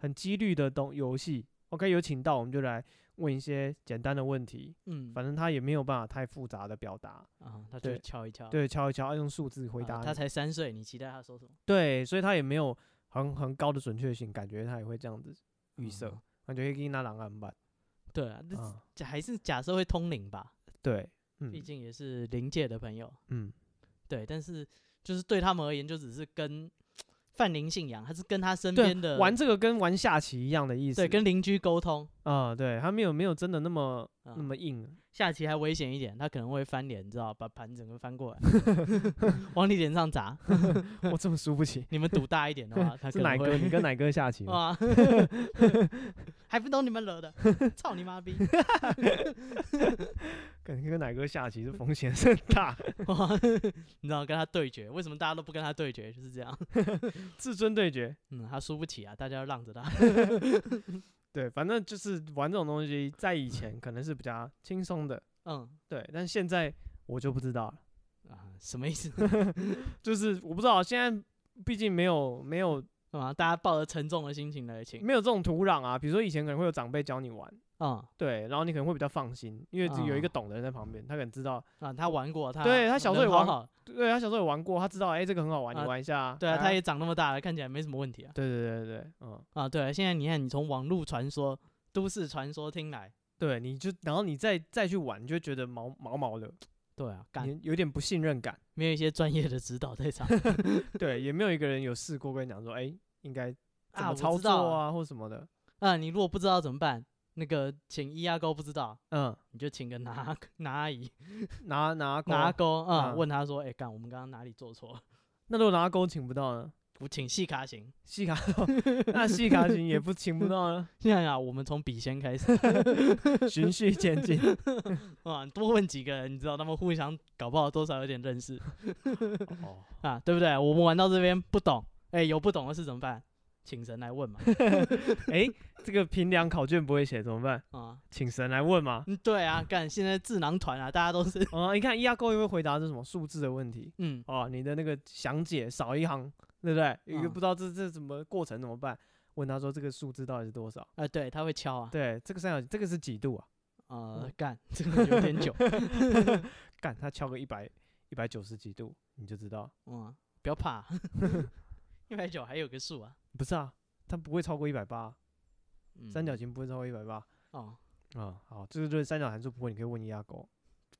很几率的东游戏。OK，有请到我们就来问一些简单的问题，嗯，反正他也没有办法太复杂的表达。啊，他就对敲一敲，对，敲一敲，要用数字回啊答你、他才三岁，你期待他说什么？对，所以他也没有很很高的准确性，感觉他也会这样子预嗯设，感觉可以给那狼暗吧。对啊，那啊，假还是假设会通灵吧，对，毕嗯竟也是灵界的朋友。嗯，对，但是就是对他们而言，就只是跟泛灵信仰，他是跟他身对边啊，的玩这个跟玩下棋一样的意思。对跟邻居沟通。啊、对，他没有没有真的那么、啊那么硬。下棋还危险一点，他可能会翻脸，你知道，把盘整个翻 (laughs) 过来，往你脸上砸。我这么输不 (laughs) 起，你们赌大一点 (laughs) 的话，他可是奶能哥，会哦你 (laughs) 跟奶哥下棋吗？ (laughs) 哇，还不都你们惹的，操 (laughs) 你妈逼！感觉跟奶哥下棋是风险是很大。 (laughs) 哇， (laughs) 你知道跟他对决，为什么大家都不跟他对决？就是这样，至尊对决，嗯，他输不起啊，大家要让着他。对，反正就是玩这种东西，在以前可能是比较轻松的，嗯对，但现在我就不知道了，啊，什么意思？ (laughs) 就是我不知道现在。毕竟没有没有啊，大家抱着沉重的心情来请，没有这种土壤啊，比如说以前可能会有长辈教你玩，嗯对，然后你可能会比较放心，因为只有一个啊懂的人在旁边，他可能知道，啊，他玩过，他对他小时候人也玩好好，对他小时候也玩过，他知道哎、这个很好玩，啊你玩一下啊，对啊，哎他也长那么大了，看起来没什么问题啊。对对对对，嗯，啊，对啊，现在你看，你从网络传说、都市传说听来，对，你就然后你再再去玩，你就觉得毛毛毛的，对啊，干你有点不信任感，没有一些专业的指导在 (laughs) 场对，也没有一个人有试过跟你讲说，哎、应该怎啊，么我操知作道啊，或什么的，啊。你如果不知道怎么办，那个请一阿勾不知道，嗯，你就请个拿 (laughs) 拿阿姨拿拿拿阿嗯钩，勾啊，嗯问他说，哎、干，我们刚刚哪里做错了？ (laughs) 那如果拿钩请不到呢？我请细卡型。细卡， (laughs) 那细卡型也不请不到 (laughs) 了，现在啊，我们从笔仙开始 (laughs) 循序渐进。 (laughs) 啊，多问几个人，你知道他们互相搞不好多少有点认识哦，啊，对不对？我们玩到这边不懂，哎、有不懂的事怎么办？请神来问嘛。 (laughs) 哎，这个平量考卷不会写怎么办？啊，请神来问嘛。嗯，对啊，干现在智囊团啊，大家都是哦，你看伊阿沟也会回答这什么数字的问题嗯哦，你的那个详解少一行，对不对？一个嗯不知道这这怎么过程怎么办？问他说这个数字到底是多少？啊，对，他会敲啊，对，这个三角形这个是几度啊？呃，干这个有点久，干，他敲个一百一百九十几度，你就知道。嗯，不要怕， (laughs) 一百九还有个数啊，不是啊，它不会超过一百八，啊嗯三角形不会超过一百八。哦，啊，好，这个就是三角函数不会，你可以问伊阿狗。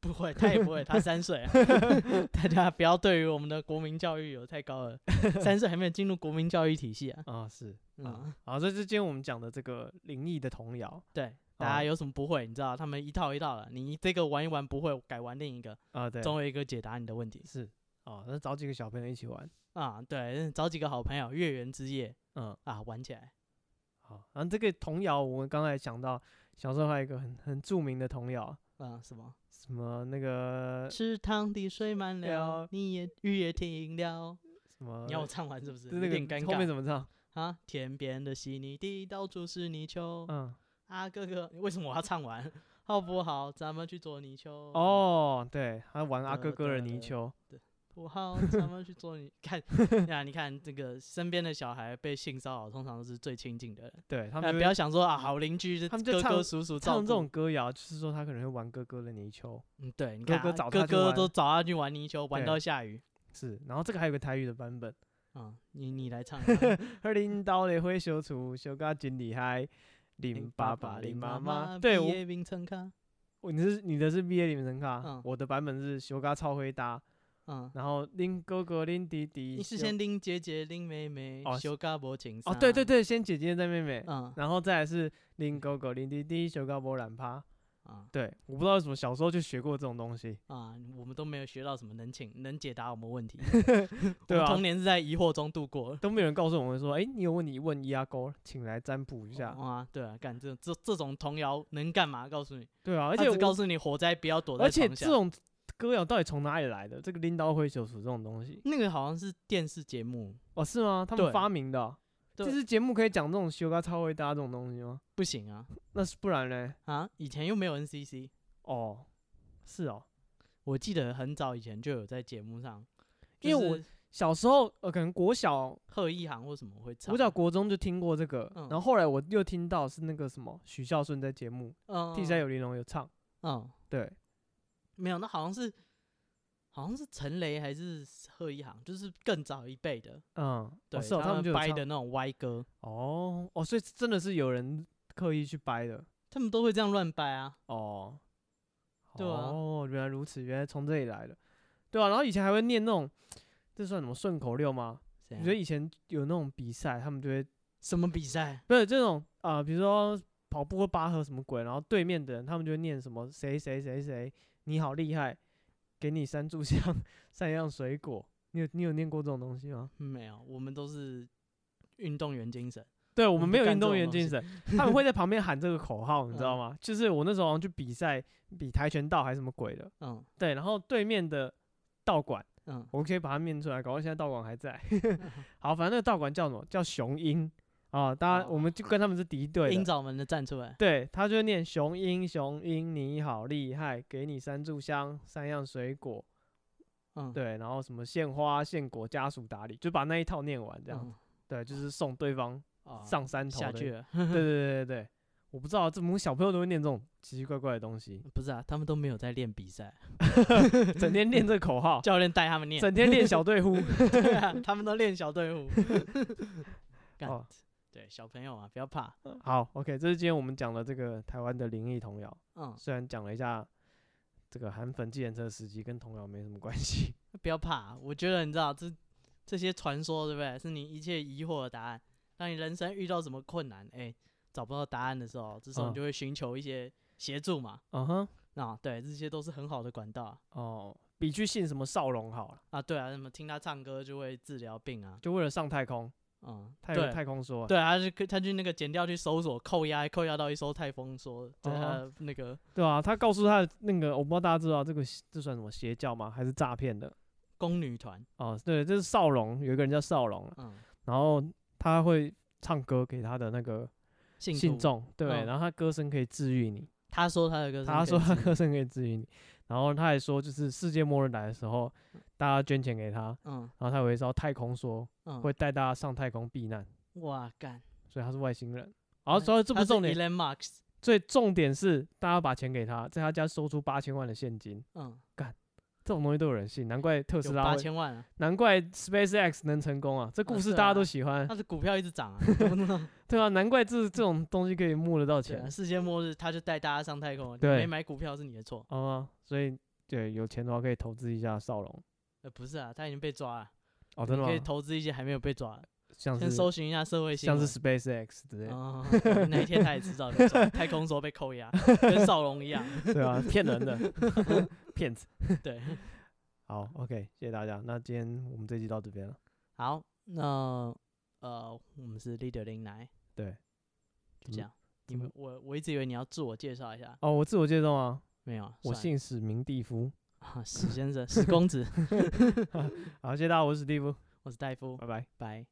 不会，他也不会，他 (laughs) 三岁啊， (laughs) 大家不要对于我们的国民教育有太高 (laughs) 的，三岁还没有进入国民教育体系啊，啊，是啊嗯，，好，这是今天我们讲的这个灵异的童谣对。大家哦有什么不会？你知道，他们一套一套的，你这个玩一玩不会，改玩另一个，啊，对，总有一个解答你的问题是啊，那找几个小朋友一起玩，啊。对，找几个好朋友，月圆之夜嗯，啊，玩起来。好，然后这个童谣，我刚才想到小时候还有一个很很著名的童谣，啊，什么？什么那个池塘的水满了了，你也雨也停了。什么，你要我唱完是不是？就有那点哦个尴后面尬怎么唱？啊！田边的稀泥地，到处是泥鳅。嗯，啊，哥哥，为什么我要唱完？ (laughs) 好不好？咱们去捉泥鳅。，哦，对，他玩阿哥得哥的得泥得鳅，不好，咱们去捉泥。 (laughs) 看呀、你看这个身边的小孩被性骚扰，通常都是最亲近的人。对他啊们就不会要想说啊，好邻居，他们就哥唱哥叔叔照唱这顾种，歌谣，就是说他可能会玩哥哥的泥鳅，嗯，对，你哥看哥啊找哥他去哥玩都找他去玩泥鳅，玩对到下雨。是。然后这个还有个台语的版本，嗯，你你来唱一下，二林岛的灰小厝，小家真厉害， (laughs) 林爸爸林妈妈。对对，我，夜冰城卡，我你是你的是毕业林神卡，嗯我的版本是小家超会搭，嗯，然后林哥哥林弟弟，你是小先拎姐姐拎妹妹哦，修嘎博情哦，对对，对，先姐姐再妹妹，嗯然后再来是林哥哥林弟弟，小家波懒趴。啊对，我不知道为什么小时候就学过这种东西，啊，我们都没有学到什么能请能解答我们问题，我对们啊童年是在疑惑中度过的。都没有人告诉我们说，哎，你有问题问伊阿沟，请来占卜一下。哇，对啊，干这这这种童谣能干嘛？告诉你，对啊，而而且我哦告诉你火灾不要躲在而且床下这。种歌谣到底从哪里来的？这个拎刀挥手鼠这种东西，那个好像是电视节目，哦，是吗？他们对发明的哦、对就是节目可以讲这种修嘎超会搭这种东西吗？不行啊那是不然嘞？啊！以前又没有 NCC，哦，是哦，我记得很早以前就有在节目上，因为我小时候呃，可能国小、贺一航或什么会唱，国小、国中就听过这个，嗯然后后来我又听到是那个什么许孝顺在节目嗯《替代有玲珑》有唱，嗯，对，没有，那好像是好像是陈雷还是贺一航，就是更早一辈的，嗯，对，哦、是哦，他他们就有掰唱的那种歪歌，哦哦，所以真的是有人刻意去掰的他们都会这样乱掰啊，哦，对啊哦，原来如此，原来从这里来的，对啊，然后以前还会念那种，这算什么顺口溜吗？怎我觉得样以前有那种比赛，他们就会什么比赛？不是这种啊、呃比如说跑步或拔河什么鬼，然后对面的人他们就会念什么谁谁谁谁你好厉害，给你三炷香三样水果，你有你有念过这种东西吗？没有，我们都是运动员精神，对我我们没们有不干运这动种员东精西神， (laughs) 他们会在旁边喊这个口号，你知道嗯吗？就是我那时候好像去比赛，比跆拳道还是什么鬼的，嗯对，然后对面的道馆，嗯，我可以把它念出来，搞到现在道馆还在。 (laughs) 好，反正那个道馆叫什么？叫雄鹰啊，大家、我们就跟他们是敌对的鹰。爪门的哎站出来，对，他就念雄鹰，雄鹰你好厉害，给你三炷香，三样水果，嗯，对，然后什么献花、献果、家属打理，就把那一套念完嗯，这样子。对，就是送对方啊上山头下的去了， (laughs) 对对对对对，我不知道怎么小朋友都会念这种奇奇怪怪的东西，不是啊，他们都没有在练比赛，哦整天念这个口号， (laughs) 教练 (laughs) 带他们练，整天练小队呼。 (laughs) 对 (laughs) 啊，他们都练小队伍。干哦对，小朋友啊，不要怕。好，OK，这是今天我们讲的这个台湾的灵异童谣，嗯，虽然讲了一下这个韩粉计程车司机跟童谣没什么关系。不要怕。啊我觉得你知道这这些传说，对不对？是你一切疑惑的答案。当你人生遇到什么困难，哎、找不到答案的时候，这时候嗯你就会寻求一些协助嘛。嗯哼，啊、对，这些都是很好的管道啊。哦，比去信什么少龙好了，啊，对啊，什么听他唱歌就会治疗病啊，就为了上太空，嗯，太对太空说，对，他去他去那个剪掉去搜索扣押，扣押到一艘泰丰说，对哦他的那个对啊，他告诉他的那个，我不知道大家知道这个这算什么邪教吗？还是诈骗的？宫女团，哦，对，这是少龙，有一个人叫少龙啊，嗯，然后他会唱歌给他的那个信信徒，众，对，嗯然后他歌声可以治愈你，他说他的歌声可他以治说愈，他歌声可以治愈你，然后他还说就是世界末日来的时候，大家捐钱给他，嗯然后他有一招太空说嗯，会带大家上太空避难，哇干，所以他是外星人。然后，哎所以这不他是重点， Elon Musk，最重点是大家把钱给他，在他家收出八千万的现金，嗯，这种东西都有人信，难怪特斯有拉八会，千万啊，难怪 SpaceX 能成功啊！这故事 (laughs) 对啊大家都喜欢， (laughs) 他的股票一直涨啊，懂不懂对啊，难怪这这种东西可以募得到对钱啊，世界末日他就带大家上太空，你对没买股票是你的错，啊、所以对有钱的话可以投资一下少龙呃，不是啊，他已经被抓了，哦，你真的可以吗？投资一些还没有被抓的，像先是搜寻一下社会新像闻，是 SpaceX 之类的，哦， (laughs) 对那一天他也知道被抓太空说被扣押，跟少龙一样。 (laughs) 对啊，骗人 (laughs) 的 (laughs) 骗子。对，好，OK，谢谢大家。那今天我们这集到这边了，好，那呃，我们是 leader 林来，对，怎就这么样。你怎们么我我一直以为你要自我介绍一下，嗯哦，我自我介绍啊，没有啊，我算了姓史，名蒂夫。 (laughs) 啊史先生，史公子， (laughs) 好，谢谢大家，我是史蒂夫，我是戴夫， (laughs) 拜拜。拜。